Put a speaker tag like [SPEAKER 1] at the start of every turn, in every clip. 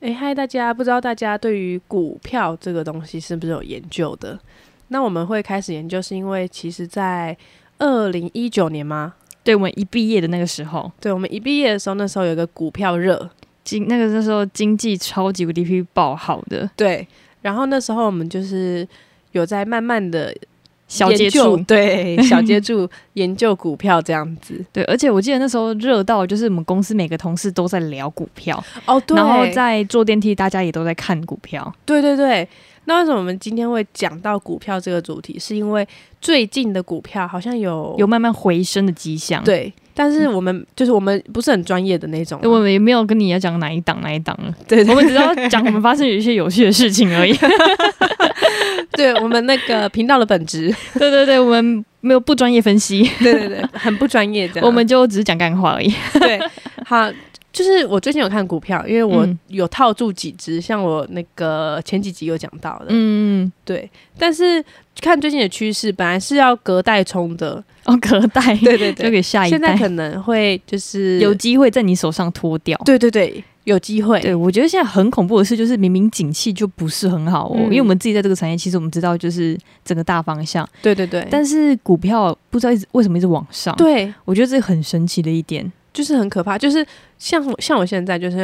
[SPEAKER 1] 哎，嗨，大家！不知道大家对于股票这个东西是不是有研究的？那我们会开始研究，是因为其实，在二零一九年吗？
[SPEAKER 2] 对我们一毕业的那个时候，
[SPEAKER 1] 对我们一毕业的时候，那时候有一个股票热，
[SPEAKER 2] 经那个那时候经济超级无敌批爆好的
[SPEAKER 1] 对。然后那时候我们就是有在慢慢的
[SPEAKER 2] 小接触，
[SPEAKER 1] 对小接触研究股票这样子。
[SPEAKER 2] 对，而且我记得那时候热到就是我们公司每个同事都在聊股票，
[SPEAKER 1] 哦，对，
[SPEAKER 2] 然后在坐电梯，大家也都在看股票。
[SPEAKER 1] 对对对。那为什么我们今天会讲到股票这个主题？是因为最近的股票好像有
[SPEAKER 2] 有慢慢回升的迹象。，
[SPEAKER 1] 对，但是我们、就是我们不是很专业的那种啊，
[SPEAKER 2] 嗯我们也没有跟你要讲哪一档哪一档了，
[SPEAKER 1] 对对
[SPEAKER 2] 我们只要讲我们发生有一些有趣的事情 而已。
[SPEAKER 1] 对我们那 个频道的本质，
[SPEAKER 2] 对对对，我们没有不专业分析，
[SPEAKER 1] 对对对，啊很不专业的。
[SPEAKER 2] 我们就只是讲干话而已。
[SPEAKER 1] 对好，就是我最近有看股票，因为我
[SPEAKER 2] 嗯
[SPEAKER 1] 有套住几只，像我那个前几集有讲到的，
[SPEAKER 2] 嗯，
[SPEAKER 1] 对。但是看最近的趋势，本来是要隔代冲 的，
[SPEAKER 2] 哦，隔代，
[SPEAKER 1] 对对
[SPEAKER 2] 就
[SPEAKER 1] 对，
[SPEAKER 2] 给下一
[SPEAKER 1] 现在
[SPEAKER 2] 代
[SPEAKER 1] 可能会就是
[SPEAKER 2] 有，机会在你手上脱掉。
[SPEAKER 1] 对对对，有机会，
[SPEAKER 2] 对，我觉得现在很恐怖的事就是，明明景气就不是很好哦，
[SPEAKER 1] 嗯
[SPEAKER 2] 因为我们自己在这个产业，其实我们知道就是整个大方向，
[SPEAKER 1] 对对对，
[SPEAKER 2] 但是股票不知道一直为什么一直往上。，
[SPEAKER 1] 对，
[SPEAKER 2] 我觉得这很神奇的一点。
[SPEAKER 1] 就是很可怕，就是像我像我现在就是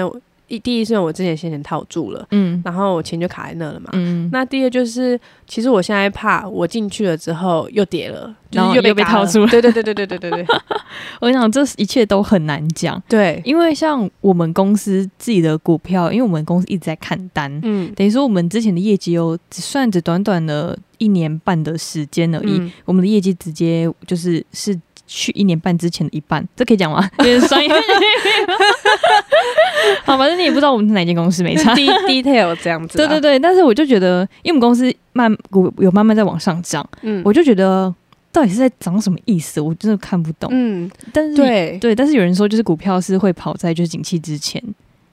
[SPEAKER 1] 一第一是我之前先前套住了，
[SPEAKER 2] 嗯
[SPEAKER 1] 然后我钱就卡在那了嘛，
[SPEAKER 2] 嗯，
[SPEAKER 1] 那第二就是，其实我现在怕我进去了之后又跌了，就
[SPEAKER 2] 然后
[SPEAKER 1] 是被
[SPEAKER 2] 又被
[SPEAKER 1] 嘎
[SPEAKER 2] 套
[SPEAKER 1] 了
[SPEAKER 2] 住了
[SPEAKER 1] 对对对对对对对对
[SPEAKER 2] 我跟你讲，这一切都很难讲，
[SPEAKER 1] 对，
[SPEAKER 2] 因为像我们公司自己的股票，因为我们公司一直在看单，
[SPEAKER 1] 嗯，
[SPEAKER 2] 等于说我们之前的业绩哦，只算只短短的一年半的时间而已，
[SPEAKER 1] 嗯
[SPEAKER 2] 我们的业绩直接就是是去一年半之前的一半，这可以讲吗？有点商业。 好，反正你也不知道我们是哪间公司，没差。
[SPEAKER 1] 低 detail 这样子，啊
[SPEAKER 2] 对对，对，但是我就觉得，因为我们公司慢股有慢慢在往上涨，
[SPEAKER 1] 嗯，
[SPEAKER 2] 我就觉得到底是在涨什么意思，我真的看不懂。
[SPEAKER 1] 嗯，
[SPEAKER 2] 但是
[SPEAKER 1] 对，
[SPEAKER 2] 对，但是有人说就是股票是会跑在就是景气之前，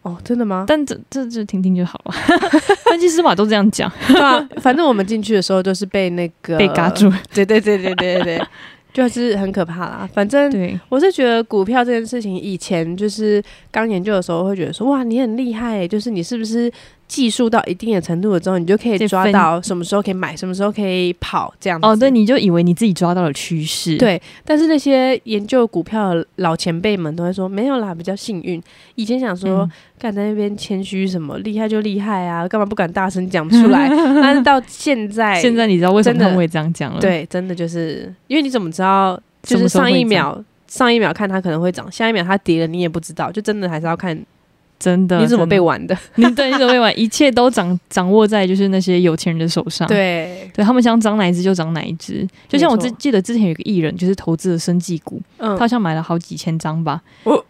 [SPEAKER 1] 哦，真的吗？
[SPEAKER 2] 但这这这听听就好了。 分析师嘛都这样讲，
[SPEAKER 1] 对啊，反正我们进去的时候就是 被那个
[SPEAKER 2] 被嘎，住。
[SPEAKER 1] 对对对对对 对对，就是很可怕啦。反 正
[SPEAKER 2] 对，
[SPEAKER 1] 我是觉得股票这件事情，以前就是刚研究的时候会觉得说，哇，你很厉害耶，欸就是你是不是技术到一定的程度了之后，你就可以
[SPEAKER 2] 就
[SPEAKER 1] 抓
[SPEAKER 2] 分
[SPEAKER 1] 到什么时候可以买，什么时候可以跑这样子。
[SPEAKER 2] 哦，对，你就以为你自己抓到了趋势，
[SPEAKER 1] 对，但是那些研究股票的老前辈们都会说，没有啦，比较幸运。以前想说
[SPEAKER 2] 嗯，
[SPEAKER 1] 干、在那边谦虚什么，厉害就厉害啊，干嘛不敢大声讲出 来？但是到现在，
[SPEAKER 2] 现在你知道为什
[SPEAKER 1] 真
[SPEAKER 2] 么
[SPEAKER 1] 的
[SPEAKER 2] 他们会这样讲了？，
[SPEAKER 1] 对，真的就是因为你怎么知道？就
[SPEAKER 2] 嗯什
[SPEAKER 1] 是
[SPEAKER 2] 么时候
[SPEAKER 1] 上
[SPEAKER 2] 会
[SPEAKER 1] 一
[SPEAKER 2] 涨
[SPEAKER 1] 秒，上一秒看它可能会涨，下一秒它跌了，你也不知道，就真的还是要看
[SPEAKER 2] 真的，
[SPEAKER 1] 你怎么被
[SPEAKER 2] 真
[SPEAKER 1] 玩的。
[SPEAKER 2] 的？ 你对，你怎么被玩？一切都掌掌握在就是那些有钱人的手上。。
[SPEAKER 1] 对，
[SPEAKER 2] 对他们想涨哪一只就涨哪一只，就像我
[SPEAKER 1] 没错
[SPEAKER 2] 之记得之前有一个艺人，就是投资了生技股，
[SPEAKER 1] 嗯
[SPEAKER 2] 他好，像买了好几千张吧。
[SPEAKER 1] 哦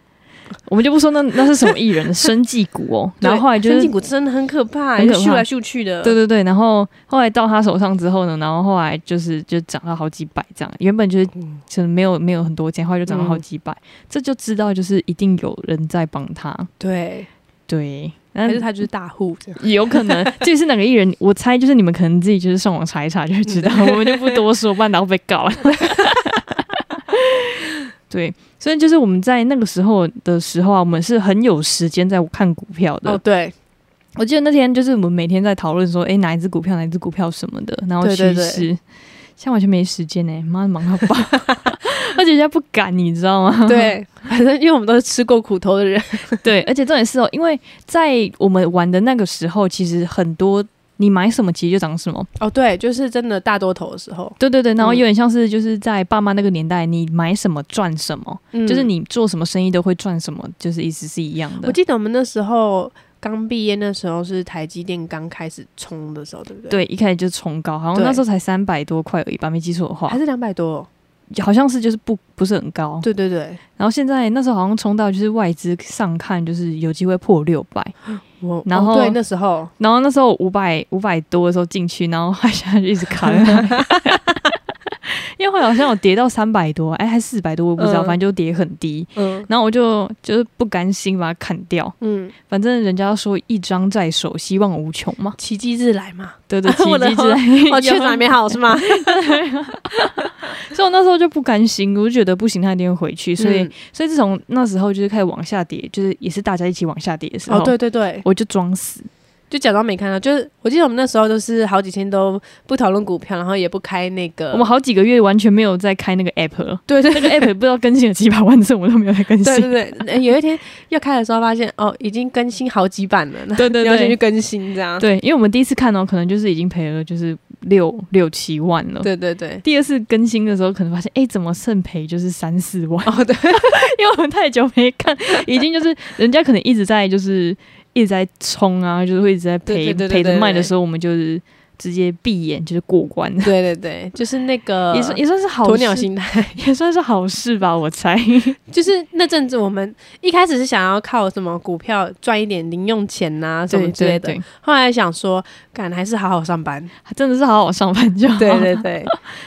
[SPEAKER 2] 我们就不说那那是什么艺人，生技股 哦。然后后来就
[SPEAKER 1] 神
[SPEAKER 2] 是
[SPEAKER 1] 经股真的很可怕，
[SPEAKER 2] 很
[SPEAKER 1] 就
[SPEAKER 2] 可
[SPEAKER 1] 咻
[SPEAKER 2] 怕
[SPEAKER 1] 来咻去的。
[SPEAKER 2] 对对对，然后后来到他手上之后呢，然后后来就是就涨到好几百这样，原本就是
[SPEAKER 1] 嗯
[SPEAKER 2] 可能没有没有很多钱，后来就涨到好
[SPEAKER 1] 嗯
[SPEAKER 2] 几百，这就知道就是一定有人在帮他，
[SPEAKER 1] 对，
[SPEAKER 2] 对，但
[SPEAKER 1] 还是他就是大户这样。
[SPEAKER 2] 有可能至于是哪个艺人，我猜就是你们可能自己就是上网查一查就会 知道，我们就不多说，不然然后被告了。 对，所以就是我们在那个时候的时候啊，我们是很有时间在看股票的。
[SPEAKER 1] 哦，对，
[SPEAKER 2] 我记得那天就是我们每天在讨论说，诶，哪一只股票，哪一只股票什么的，然后
[SPEAKER 1] 对
[SPEAKER 2] 趋势。
[SPEAKER 1] 对对
[SPEAKER 2] 现在完全没时间呢、妈忙到爆， 而且人家不敢，你知 道 吗？
[SPEAKER 1] 哦对，反正因为我们都是吃过苦头的 人，
[SPEAKER 2] 对，而且重点是哦，因为在我们玩的那个时候，其实很多你买什么其实就涨什么。
[SPEAKER 1] 哦，对，就是真的大多头的时候，
[SPEAKER 2] 对对对，然后
[SPEAKER 1] 嗯
[SPEAKER 2] 有点像是就是在爸妈那个年代，你买什么赚什么，
[SPEAKER 1] 嗯
[SPEAKER 2] 就是。你做什么生意都会赚什么，就是意思是一样
[SPEAKER 1] 我
[SPEAKER 2] 的。
[SPEAKER 1] 记得我们那时候刚毕业，那时候是台积电刚开始冲的时候，对不对？，
[SPEAKER 2] 对，一开始就冲高，好像
[SPEAKER 1] 对
[SPEAKER 2] 那时候才三百多块而已吧，没记错的话
[SPEAKER 1] 还，是两百多哦。
[SPEAKER 2] 好像是就是不不是很高。
[SPEAKER 1] 对对对，
[SPEAKER 2] 然后现在那时候好像冲到就是外资上看就是有机会破六百，
[SPEAKER 1] 我
[SPEAKER 2] 然
[SPEAKER 1] 哦
[SPEAKER 2] 后
[SPEAKER 1] 对那时候
[SPEAKER 2] 然后 那时候五百五百多的时候进去，然后还想一直卡在那里，因为好像有跌到三百多，哎，还四百多，我也不知道，
[SPEAKER 1] 嗯
[SPEAKER 2] 反正就跌很低。
[SPEAKER 1] 嗯
[SPEAKER 2] 然后我就就是不甘心把它砍掉，
[SPEAKER 1] 嗯，
[SPEAKER 2] 反正人家说一张在手，希望无 穷嘛，
[SPEAKER 1] 奇迹自来嘛，
[SPEAKER 2] 对对，奇
[SPEAKER 1] 我的
[SPEAKER 2] 迹之来。
[SPEAKER 1] 哦，嗯确诊还没好是 吗？
[SPEAKER 2] 所以我那时候就不甘心，我就觉得不行，他一定会回去。所以，
[SPEAKER 1] 嗯
[SPEAKER 2] 所以自从那时候就是开始往下跌，就是也是大家一起往下跌的时候，
[SPEAKER 1] 哦，对对对，
[SPEAKER 2] 我就装死。
[SPEAKER 1] 就假装没看到。就是我记得我们那时候就是好几天都不讨论股票，然后也不开那个，
[SPEAKER 2] 我们好几个月完全没有在开那个 app，了
[SPEAKER 1] 对对
[SPEAKER 2] 那个 app 也不知道更新了几百万次，我们都没有在更新。
[SPEAKER 1] 对对对，呃有一天要开的时候发现哦，已经更新好几版了，那
[SPEAKER 2] 对对
[SPEAKER 1] 你要先去
[SPEAKER 2] 对
[SPEAKER 1] 更新这样。
[SPEAKER 2] 对因为我们第一次看哦，可能就是已经赔了就是六六七万了。
[SPEAKER 1] 对对对，
[SPEAKER 2] 第二次更新的时候，可能发现，哎、怎么剩赔就是三四万？
[SPEAKER 1] 哦对，
[SPEAKER 2] 因为我们太久没看，已经就是人家可能一直在就是一直在冲啊，就是会一直在
[SPEAKER 1] 对
[SPEAKER 2] 赔
[SPEAKER 1] 对对对
[SPEAKER 2] 赔着卖的
[SPEAKER 1] 对
[SPEAKER 2] 时候，我们就是直接闭眼就是过关，
[SPEAKER 1] 对对对，就是那个
[SPEAKER 2] 也算也算是好
[SPEAKER 1] 鸵
[SPEAKER 2] 事
[SPEAKER 1] 鸟心态，
[SPEAKER 2] 也算是好事吧，我猜。
[SPEAKER 1] 就是那阵子我们一开始是想要靠什么股票赚一点零用钱呐、什么之类的，
[SPEAKER 2] 对，
[SPEAKER 1] 后来想说，干还是好好上 班。
[SPEAKER 2] 真的是好好上班就好。
[SPEAKER 1] 对 对，对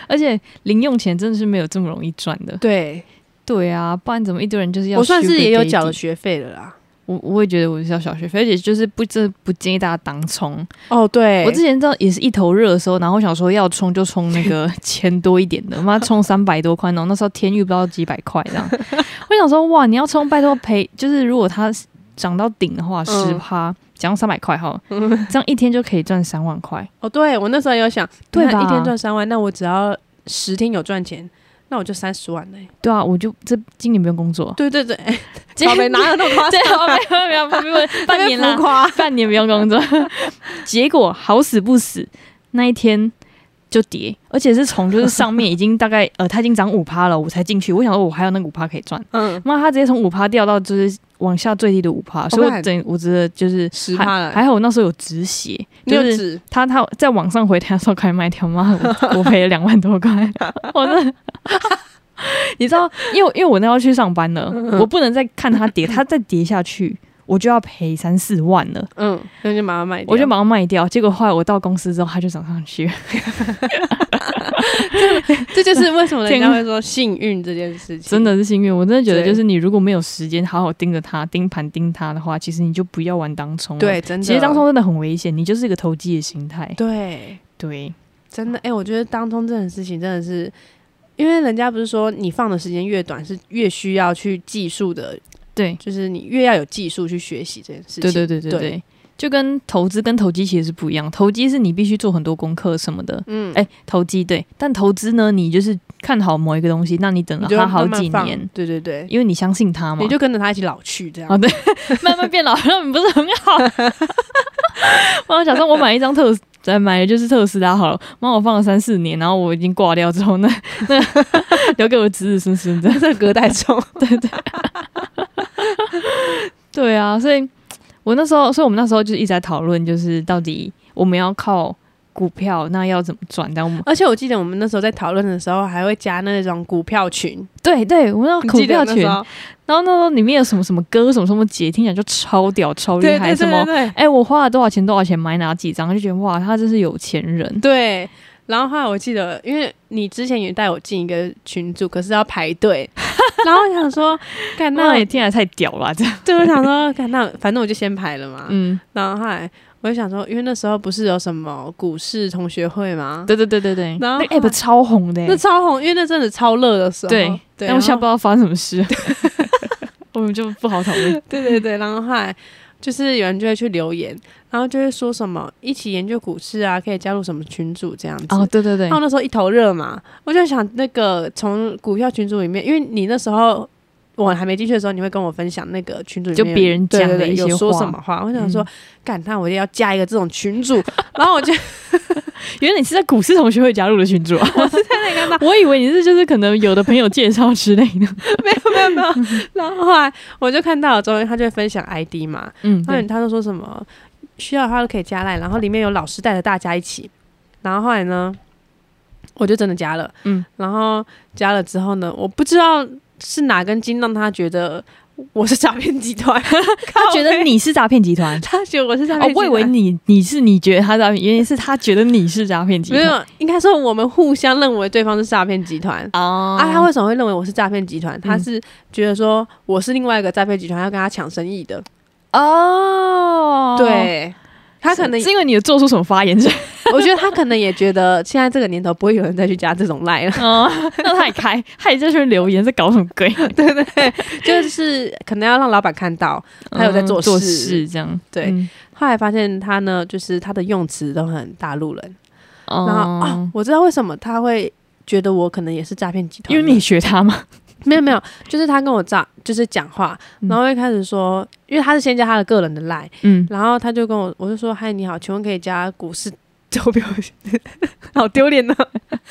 [SPEAKER 2] 而且零用钱真的是没有这么容易赚的。
[SPEAKER 1] 对，
[SPEAKER 2] 对啊，不然怎么一堆人就是要
[SPEAKER 1] 我算是
[SPEAKER 2] sugar
[SPEAKER 1] 也有缴了
[SPEAKER 2] daddy
[SPEAKER 1] 学费了啦。
[SPEAKER 2] 我我也觉得我是要小学费，而且就是不真的不建议大家当冲。
[SPEAKER 1] 哦，对，
[SPEAKER 2] 我之前知道也是一头热的时候，然后我想说要冲就冲那 个钱多一点的，妈冲三百多块，然后那时候天域不知道几百块 这样，我想说哇，你要冲拜托赔，就是如果它涨到顶的话，十
[SPEAKER 1] 嗯
[SPEAKER 2] 趴讲三百块哈，这样一天就可以赚三万块，
[SPEAKER 1] 哦，对我那时候有想，
[SPEAKER 2] 对
[SPEAKER 1] 那
[SPEAKER 2] 吧
[SPEAKER 1] 一天赚三万，那我只要十天有赚钱，那我就三十万呢、
[SPEAKER 2] 对啊，我就这今年不用工作，
[SPEAKER 1] 对对对，
[SPEAKER 2] 今
[SPEAKER 1] 宝贝
[SPEAKER 2] 年
[SPEAKER 1] 哪有那么夸
[SPEAKER 2] 对
[SPEAKER 1] 张？
[SPEAKER 2] 啊， 没有没有没有没有，半年
[SPEAKER 1] 了
[SPEAKER 2] 啦，
[SPEAKER 1] 夸，
[SPEAKER 2] 半年不用工作，结果好死不死那一天就跌，而且是从就是上面已经大概呃，它已经涨五趴了，我才进去，我想说我还有那个五趴可以赚，
[SPEAKER 1] 嗯，
[SPEAKER 2] 妈，它直接从五趴掉到就是往下最低的五
[SPEAKER 1] 哦
[SPEAKER 2] 趴，所以我整我觉得就是
[SPEAKER 1] 10%
[SPEAKER 2] 还
[SPEAKER 1] 了
[SPEAKER 2] 还好我那时候有止血，
[SPEAKER 1] 呃你有
[SPEAKER 2] 就是
[SPEAKER 1] 纸
[SPEAKER 2] 它它在往上回弹的时候开始卖掉，妈，我我赔了两万多块， 我那。 你知道，因为因为我那要去上班了，
[SPEAKER 1] 嗯
[SPEAKER 2] 我不能再看它跌，它再跌下去，我就要赔三四万了。
[SPEAKER 1] 嗯，那就马上买掉，
[SPEAKER 2] 我就把它卖掉。结果后来我到公司之后，它就涨上去了。
[SPEAKER 1] 这就是为什么人
[SPEAKER 2] 天
[SPEAKER 1] 家
[SPEAKER 2] 啊
[SPEAKER 1] 会说幸运这件事情，
[SPEAKER 2] 真的是幸运，我真的觉得，
[SPEAKER 1] 对
[SPEAKER 2] 就是你如果没有时间好好盯着它、盯盘盯它的话，其实你就不要玩当冲。，啊
[SPEAKER 1] 对，真的，
[SPEAKER 2] 其实当冲真的很危险，你就是一个投机的心态。
[SPEAKER 1] 对，
[SPEAKER 2] 对，
[SPEAKER 1] 真的，哎、我觉得当冲这种事情真的是。因为人家不是说你放的时间越短，是越需要去技术的，
[SPEAKER 2] 对，
[SPEAKER 1] 就是你越要有技术去学习这件事情。
[SPEAKER 2] 对，对，对，对，
[SPEAKER 1] 对
[SPEAKER 2] 对。就跟投资跟投机其实是不一样，投机是你必须做很多功课什么的，
[SPEAKER 1] 嗯，
[SPEAKER 2] 哎、投机对，但投资呢，你就是看好某一个东西，那你等
[SPEAKER 1] 你
[SPEAKER 2] 了
[SPEAKER 1] 就
[SPEAKER 2] 它好
[SPEAKER 1] 慢慢
[SPEAKER 2] 几年，
[SPEAKER 1] 放对对对，
[SPEAKER 2] 因为你相信它嘛，啊
[SPEAKER 1] 你就跟着他一起老去这样。
[SPEAKER 2] 好的 慢慢变老，那你不是很 好？我想说，我买一张特，再买的就是特斯拉好了。妈，我放了三四年，然后我已经挂掉之后，那 那留给我子子孙孙的。
[SPEAKER 1] 这个隔代冲，
[SPEAKER 2] 啊对啊，所以我那时候，所以我们那时候就一直在讨论，就是到底我们要靠股票，那要怎么赚？但我们
[SPEAKER 1] 而且我记得我们那时候在讨论的时候，还会加那种股票群，
[SPEAKER 2] 对对，我们要
[SPEAKER 1] 你
[SPEAKER 2] 股
[SPEAKER 1] 记得
[SPEAKER 2] 票
[SPEAKER 1] 那
[SPEAKER 2] 群，
[SPEAKER 1] 时候
[SPEAKER 2] 然后那时候里面有什么什么歌，什么什么节，听起来就超屌、超厉
[SPEAKER 1] 对
[SPEAKER 2] 害，
[SPEAKER 1] 对
[SPEAKER 2] 什
[SPEAKER 1] 对
[SPEAKER 2] 么。
[SPEAKER 1] 对
[SPEAKER 2] 哎、我花了多少钱？多少钱买哪几张？就觉得哇，他真是有钱人。
[SPEAKER 1] 对。然后后来我记得，因为你之前也带我进一个群组，可是要排队， 然后我想说，干那
[SPEAKER 2] 那也听起来太屌了，这样。
[SPEAKER 1] 对，我想说，干那反正我就先排了嘛。
[SPEAKER 2] 嗯，
[SPEAKER 1] 然后后来我就想说，因为那时候不是有什么股市同学会吗？
[SPEAKER 2] 对对对对对，
[SPEAKER 1] 然后
[SPEAKER 2] 那个 app 超红的欸、
[SPEAKER 1] 那超红，因为那阵子超热的时候。
[SPEAKER 2] 对，
[SPEAKER 1] 对，
[SPEAKER 2] 但我现在
[SPEAKER 1] 然
[SPEAKER 2] 不
[SPEAKER 1] 后
[SPEAKER 2] 知道发生什么事， 我们就不好讨论。
[SPEAKER 1] 对对对，然后后来就是有人就会去留言，然后就会说什么一起研究股市啊，可以加入什么群组这样子。
[SPEAKER 2] 哦，对对对
[SPEAKER 1] 然，后那时候一头热嘛，我就想那个从股票群组里面，因为你那时候我还没进去的时候，你会跟我分享那个群组里面
[SPEAKER 2] 就别人
[SPEAKER 1] 对对
[SPEAKER 2] 讲的
[SPEAKER 1] 对
[SPEAKER 2] 一些
[SPEAKER 1] 有说
[SPEAKER 2] 话嗯
[SPEAKER 1] 什么话，我想说，干、那我也要加一个这种群组， 然后我就
[SPEAKER 2] 原来你是在股市同学会加入的群主啊，
[SPEAKER 1] 在那个
[SPEAKER 2] 我以为你是就是可能有的朋友介绍之类的。
[SPEAKER 1] 没有没有没有，
[SPEAKER 2] 嗯
[SPEAKER 1] 然后后来我就看到了之后，他就会分享 ID 嘛，
[SPEAKER 2] 嗯，
[SPEAKER 1] 他
[SPEAKER 2] 对，
[SPEAKER 1] 他就说什么需要的话都可以加赖，然后里面有老师带着大家一起，然后后来呢，我就真的加了，
[SPEAKER 2] 嗯，
[SPEAKER 1] 然后加了之后呢，我不知道是哪根筋让他觉得我是诈骗集团，。
[SPEAKER 2] 他觉得你是诈骗集团
[SPEAKER 1] 他觉得我是诈骗
[SPEAKER 2] 哦
[SPEAKER 1] 集团，，
[SPEAKER 2] 我以为你你是你觉得他诈骗，原来是他觉得你是诈骗集
[SPEAKER 1] 没
[SPEAKER 2] 团。
[SPEAKER 1] 有，应该说我们互相认为对方是诈骗集团。
[SPEAKER 2] 啊
[SPEAKER 1] 啊，他为什么会认为我是诈骗集团？他
[SPEAKER 2] 嗯
[SPEAKER 1] 是觉得说我是另外一个诈骗集团，要跟他抢生意的。
[SPEAKER 2] 哦，
[SPEAKER 1] 对，他可能
[SPEAKER 2] 是是因为你有做出什么发言是吧？
[SPEAKER 1] 我觉得他可能也觉得现在这个年头不会有人再去加这种赖 了，
[SPEAKER 2] 哦，那他也开，他也在这边留言，在搞什么鬼？
[SPEAKER 1] 就是可能要让老板看到 他有在做
[SPEAKER 2] 嗯
[SPEAKER 1] 事。
[SPEAKER 2] 做事这样。
[SPEAKER 1] 对
[SPEAKER 2] 嗯，
[SPEAKER 1] 后来发现他呢，就是他的用词都很大陆人，然后啊、
[SPEAKER 2] 哦，
[SPEAKER 1] 我知道为什么他会觉得我可能也是诈骗集团
[SPEAKER 2] 因
[SPEAKER 1] 了，
[SPEAKER 2] 为你学他嘛。
[SPEAKER 1] 没有没有，就是他跟我诈就是讲话，
[SPEAKER 2] 嗯
[SPEAKER 1] 然后一开始说，因为他是先加他的个人的赖，
[SPEAKER 2] 嗯，
[SPEAKER 1] 然后他就跟我，我就说嗨你好，请问可以加股市投票？ 好丢脸哦呢、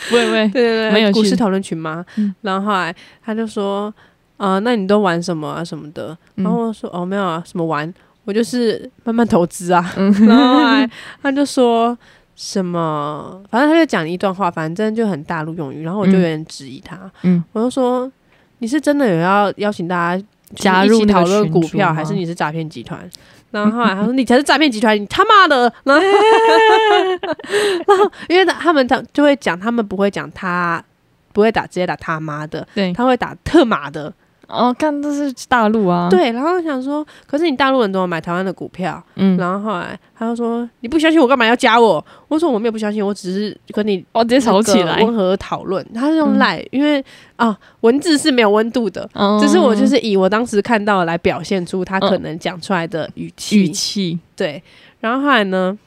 [SPEAKER 2] 不会不会，
[SPEAKER 1] 对对对，
[SPEAKER 2] 蛮有趣
[SPEAKER 1] 股市讨论群吗？
[SPEAKER 2] 嗯
[SPEAKER 1] 然后后来他就说，啊、那你都玩什么啊什么的？
[SPEAKER 2] 嗯
[SPEAKER 1] 然后我说，哦，没有啊，什么玩？我就是慢慢投资啊。然后后来他就说什么，反正他就讲一段话，反正就很大陆用语。然后我就有点质疑他，
[SPEAKER 2] 嗯
[SPEAKER 1] 我就说你是真的有要邀请大家就是
[SPEAKER 2] 加入
[SPEAKER 1] 一起
[SPEAKER 2] 那个
[SPEAKER 1] 讨论
[SPEAKER 2] 群
[SPEAKER 1] 股
[SPEAKER 2] 组
[SPEAKER 1] 票，
[SPEAKER 2] 吗
[SPEAKER 1] 还是你是诈骗集团？然后后来他说：“你才是诈骗集团，你他妈的！”然 后，然后因为他们他就会讲，他们不会讲他，不会打直接打他妈的，
[SPEAKER 2] 对。
[SPEAKER 1] 他会打特马的。
[SPEAKER 2] 哦，看这是大陆啊。，
[SPEAKER 1] 对，然后我想说，可是你大陆人怎么买台湾的股票？
[SPEAKER 2] 嗯，
[SPEAKER 1] 然后后来他就说：“你不相信我干嘛要加我？”我说：“我没有不相信，我只是跟你
[SPEAKER 2] 哦，直接吵起来
[SPEAKER 1] 那个。温和讨论。”他是用
[SPEAKER 2] 嗯
[SPEAKER 1] 赖，因为啊，文字是没有温度的。
[SPEAKER 2] 哦
[SPEAKER 1] 只是我就是以我当时看到来表现出他可能讲出来的语气，
[SPEAKER 2] 语气，
[SPEAKER 1] 对。然后后来呢，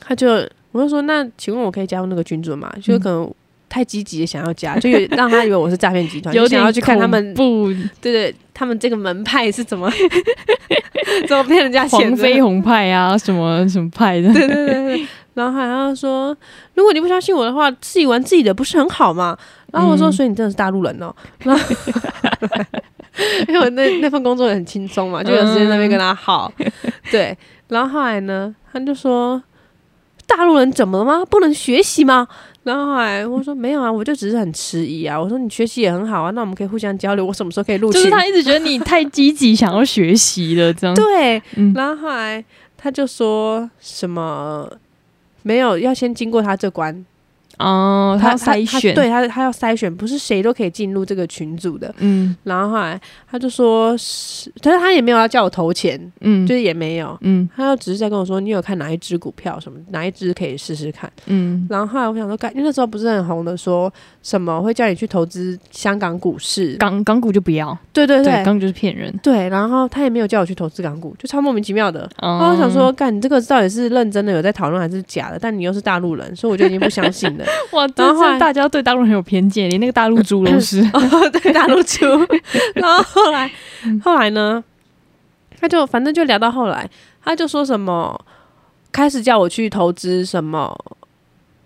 [SPEAKER 1] 他就我就说，那请问我可以加入那个群组
[SPEAKER 2] 嗯
[SPEAKER 1] 吗？就是可能太积极地想要加，就有让他以为我是诈骗集 团，
[SPEAKER 2] 有
[SPEAKER 1] 就想
[SPEAKER 2] 点
[SPEAKER 1] 要去看他们，
[SPEAKER 2] 不
[SPEAKER 1] 对对，他们这个门派是怎么 怎么被人 家显
[SPEAKER 2] 黄
[SPEAKER 1] 得
[SPEAKER 2] 飞鸿派啊，什么什么派的。
[SPEAKER 1] 对对对对。然后还要说，如果你不相信我的话，自己玩自己的不是很好吗？然后我说，
[SPEAKER 2] 嗯
[SPEAKER 1] 所以你真的是大陆人哦。然 后，因为我那那份工作也很轻松嘛，就有时间在那边跟
[SPEAKER 2] 嗯
[SPEAKER 1] 他耗。对，然后后来呢，他就说。大陆人怎么了吗？不能学习吗？然后后来我说没有啊，我就只是很迟疑啊。我说你学习也很好啊，那我们可以互相交流。我什么时候可以入
[SPEAKER 2] 就
[SPEAKER 1] 侵？
[SPEAKER 2] 是他一直觉得你太积极，想要学习了，这样。
[SPEAKER 1] 对，
[SPEAKER 2] 嗯，
[SPEAKER 1] 然后后来他就说什么没有，要先经过他这关，
[SPEAKER 2] 哦，要筛
[SPEAKER 1] 他
[SPEAKER 2] 选，
[SPEAKER 1] 对他他要筛选，不是谁都可以进入这个群组的。
[SPEAKER 2] 嗯
[SPEAKER 1] 然后后来他就说是，但是他也没有要叫我投钱，
[SPEAKER 2] 嗯，
[SPEAKER 1] 就是也没有。
[SPEAKER 2] 嗯
[SPEAKER 1] 他就只是在跟我说，你有看哪一只股票什么，哪一只可以试试看。
[SPEAKER 2] 嗯
[SPEAKER 1] 然后后来我想说，干因为那时候不是很红的说，什么会叫你去投资香港股市？
[SPEAKER 2] 港港股就不要，
[SPEAKER 1] 对对
[SPEAKER 2] 对，
[SPEAKER 1] 对
[SPEAKER 2] 港股就是骗人。
[SPEAKER 1] 对。然后他也没有叫我去投资港股，就超莫名其妙的。然
[SPEAKER 2] 哦
[SPEAKER 1] 后我想说，，干你这个到底是认真的有在讨论还是假的？但你又是大陆人，所以我就已经不相信了。
[SPEAKER 2] 哇，
[SPEAKER 1] 然后
[SPEAKER 2] 真
[SPEAKER 1] 后来
[SPEAKER 2] 是大家对大陆很有偏见，连那个大陆猪都 是。
[SPEAKER 1] 哦，对，大陆 出。然后后来，
[SPEAKER 2] 嗯
[SPEAKER 1] 后来呢，他就反正就聊到后来，他就说什么，开始叫我去投资什么。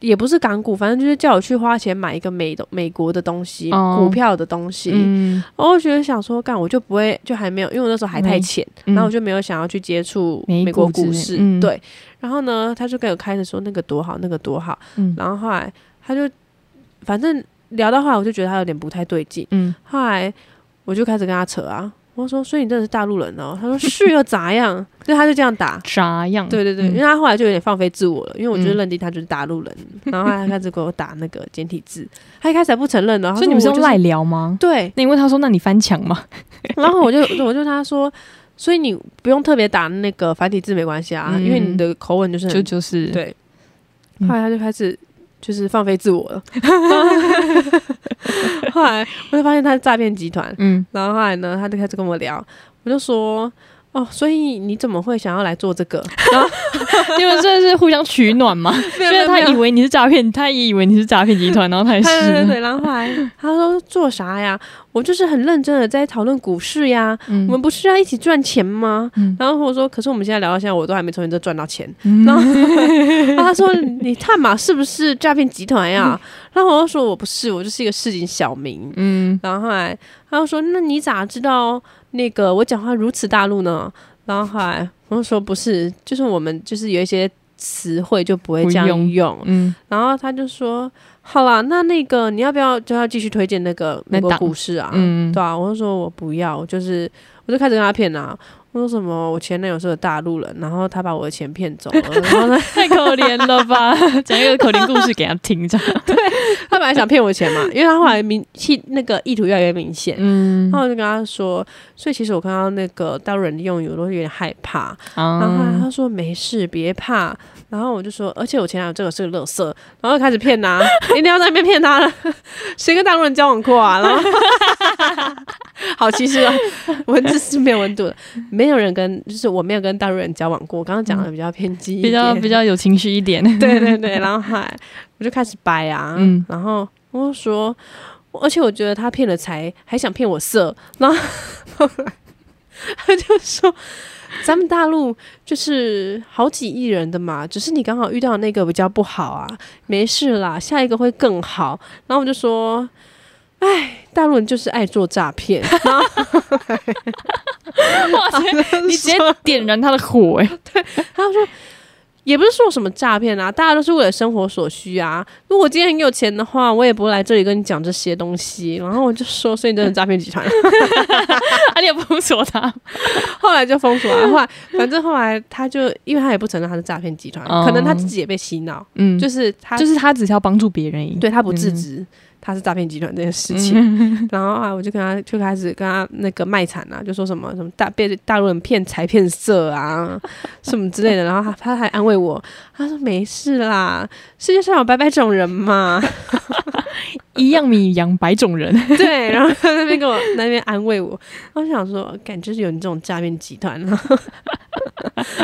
[SPEAKER 1] 也不是港股，反正就是叫我去花钱买一个美的美国的东西，
[SPEAKER 2] 哦
[SPEAKER 1] 股票的东西。
[SPEAKER 2] 嗯，
[SPEAKER 1] 然后我觉得想说，干我就不会，就还没有，因为我那时候还太
[SPEAKER 2] 没
[SPEAKER 1] 浅，
[SPEAKER 2] 嗯
[SPEAKER 1] 然后我就没有想要去接触
[SPEAKER 2] 美
[SPEAKER 1] 美国
[SPEAKER 2] 股之
[SPEAKER 1] 股
[SPEAKER 2] 类
[SPEAKER 1] 市，
[SPEAKER 2] 嗯
[SPEAKER 1] 对。然后呢，他就跟我开始说那个多好，那个多好。
[SPEAKER 2] 嗯
[SPEAKER 1] 然后后来他就，反正聊到后来，我就觉得他有点不太对劲。
[SPEAKER 2] 嗯，
[SPEAKER 1] 后来我就开始跟他扯啊，我说：“所以你真的是大陆人哦？”他说：“是又咋样？” 所以他就这样打。
[SPEAKER 2] 啥样？
[SPEAKER 1] 对对对，
[SPEAKER 2] 嗯
[SPEAKER 1] 因为他后来就有点放飞自我了，因为我就
[SPEAKER 2] 嗯
[SPEAKER 1] 认定他就是大陆人，然后他开始给我打那个简体字，他一开始还不承认的，
[SPEAKER 2] 所以你们
[SPEAKER 1] 是
[SPEAKER 2] 是用赖聊吗？
[SPEAKER 1] 对，
[SPEAKER 2] 那你问他说，那你翻墙吗？
[SPEAKER 1] 然后我就我就跟他说，所以你不用特别打那个繁体字没关系啊，
[SPEAKER 2] 嗯
[SPEAKER 1] 因为你的口吻就是很
[SPEAKER 2] 就就是，
[SPEAKER 1] 对。后
[SPEAKER 2] 嗯
[SPEAKER 1] 来他就开始就是放飞自我了， 后来我就发现他是诈骗集团，
[SPEAKER 2] 嗯
[SPEAKER 1] 然后后来呢，他就开始跟我聊，我就说。哦，所以你怎么会想要来做这 个？然后
[SPEAKER 2] 你们真的是互相取暖吗？
[SPEAKER 1] 因
[SPEAKER 2] 因为他以为你是诈骗，他也以为你是诈骗集团，然后他也
[SPEAKER 1] 对对
[SPEAKER 2] 是。
[SPEAKER 1] 对，然后后来 他说做啥呀？我就是很认真的在讨论股市呀，我们不是要一起赚钱吗？
[SPEAKER 2] 嗯
[SPEAKER 1] 然后我说，可是我们现在聊到现在，我都还没从你这赚到钱。
[SPEAKER 2] 嗯
[SPEAKER 1] 然后 然后他 说：“你探马是不是诈骗集团呀？”然后我就说：“我不是，我就是一个市井小民。
[SPEAKER 2] 嗯”
[SPEAKER 1] 然后后来他就说：“那你咋知道那个我讲话如此大陆呢？”然后后来我就说：“不是，就是我们就是有一些词汇就不会这样
[SPEAKER 2] 不
[SPEAKER 1] 用。
[SPEAKER 2] 用 嗯，
[SPEAKER 1] 然后他就说：“好啦，那那个你要不要就要继续推荐那个美国
[SPEAKER 2] 那 档
[SPEAKER 1] 股市啊？”
[SPEAKER 2] 嗯
[SPEAKER 1] 对啊，我就说我不要，就是我就开始跟他骗啊，我说什么我前男友是个大陆人，然后他把我的钱骗走了，然后呢，
[SPEAKER 2] 太可怜了 吧？讲一个可怜故事给他听，这样，
[SPEAKER 1] 他本来想骗我 钱嘛，因为他后来明气那个意图越来越明显，
[SPEAKER 2] 嗯
[SPEAKER 1] 然，后我就跟他说，所以其实我看到那个大陆人的用语，我都有点害怕。然后后来
[SPEAKER 2] 啊，
[SPEAKER 1] 他说没事，别怕。然后我就说，而且我前男友这个是个乐色，然后就开始骗他， 一定要在那边骗他了。 谁跟大陆人交往过啊？然后 好歧视啊！文字是没有温度的，没有人跟，就是我没有跟大陆人交往过。我刚刚讲的比较偏激一
[SPEAKER 2] 嗯比
[SPEAKER 1] 点，
[SPEAKER 2] 较比较有情绪一点，
[SPEAKER 1] 对对对，然后还我就开始掰啊，
[SPEAKER 2] 嗯
[SPEAKER 1] 然后我就说，而且我觉得他骗了财，还想骗我色，然后他就说，咱们大陆就是好几亿人的嘛，只是你刚好遇到那个比较不好啊，没事啦，下一个会更好。然后我就说，哎，大陆人就是爱做诈骗，然后
[SPEAKER 2] 嗯 哇塞， 你直接点燃他的火， 哎，
[SPEAKER 1] 他说。也不是说什么诈骗啊，大家都是为了生活所需啊。如果今天很有钱的话，我也不会来这里跟你讲这些东西。然后我就说，所以你真的诈骗集团。
[SPEAKER 2] 啊，你也封锁他，
[SPEAKER 1] 后来就封锁了。后来反正后来他就，因为他也不承认他是诈骗集团，
[SPEAKER 2] 哦
[SPEAKER 1] 可能他自己也被洗脑，
[SPEAKER 2] 嗯，
[SPEAKER 1] 就
[SPEAKER 2] 就是
[SPEAKER 1] 他
[SPEAKER 2] 就是嗯他只是要帮助别人而已，
[SPEAKER 1] 对他不自知、他是诈骗集团这件事情。
[SPEAKER 2] 嗯
[SPEAKER 1] 然后啊，我就跟他就开始跟他那个卖惨啊，就说什么什么大被大陆人骗财骗色啊， 什么之类的。然后他他还安慰我，他说没事啦，世界上有百百种人嘛。
[SPEAKER 2] 一样米养百种人，
[SPEAKER 1] 对，然后他那边跟我那边安慰我，我就想说，感就是有你这种诈骗集团了。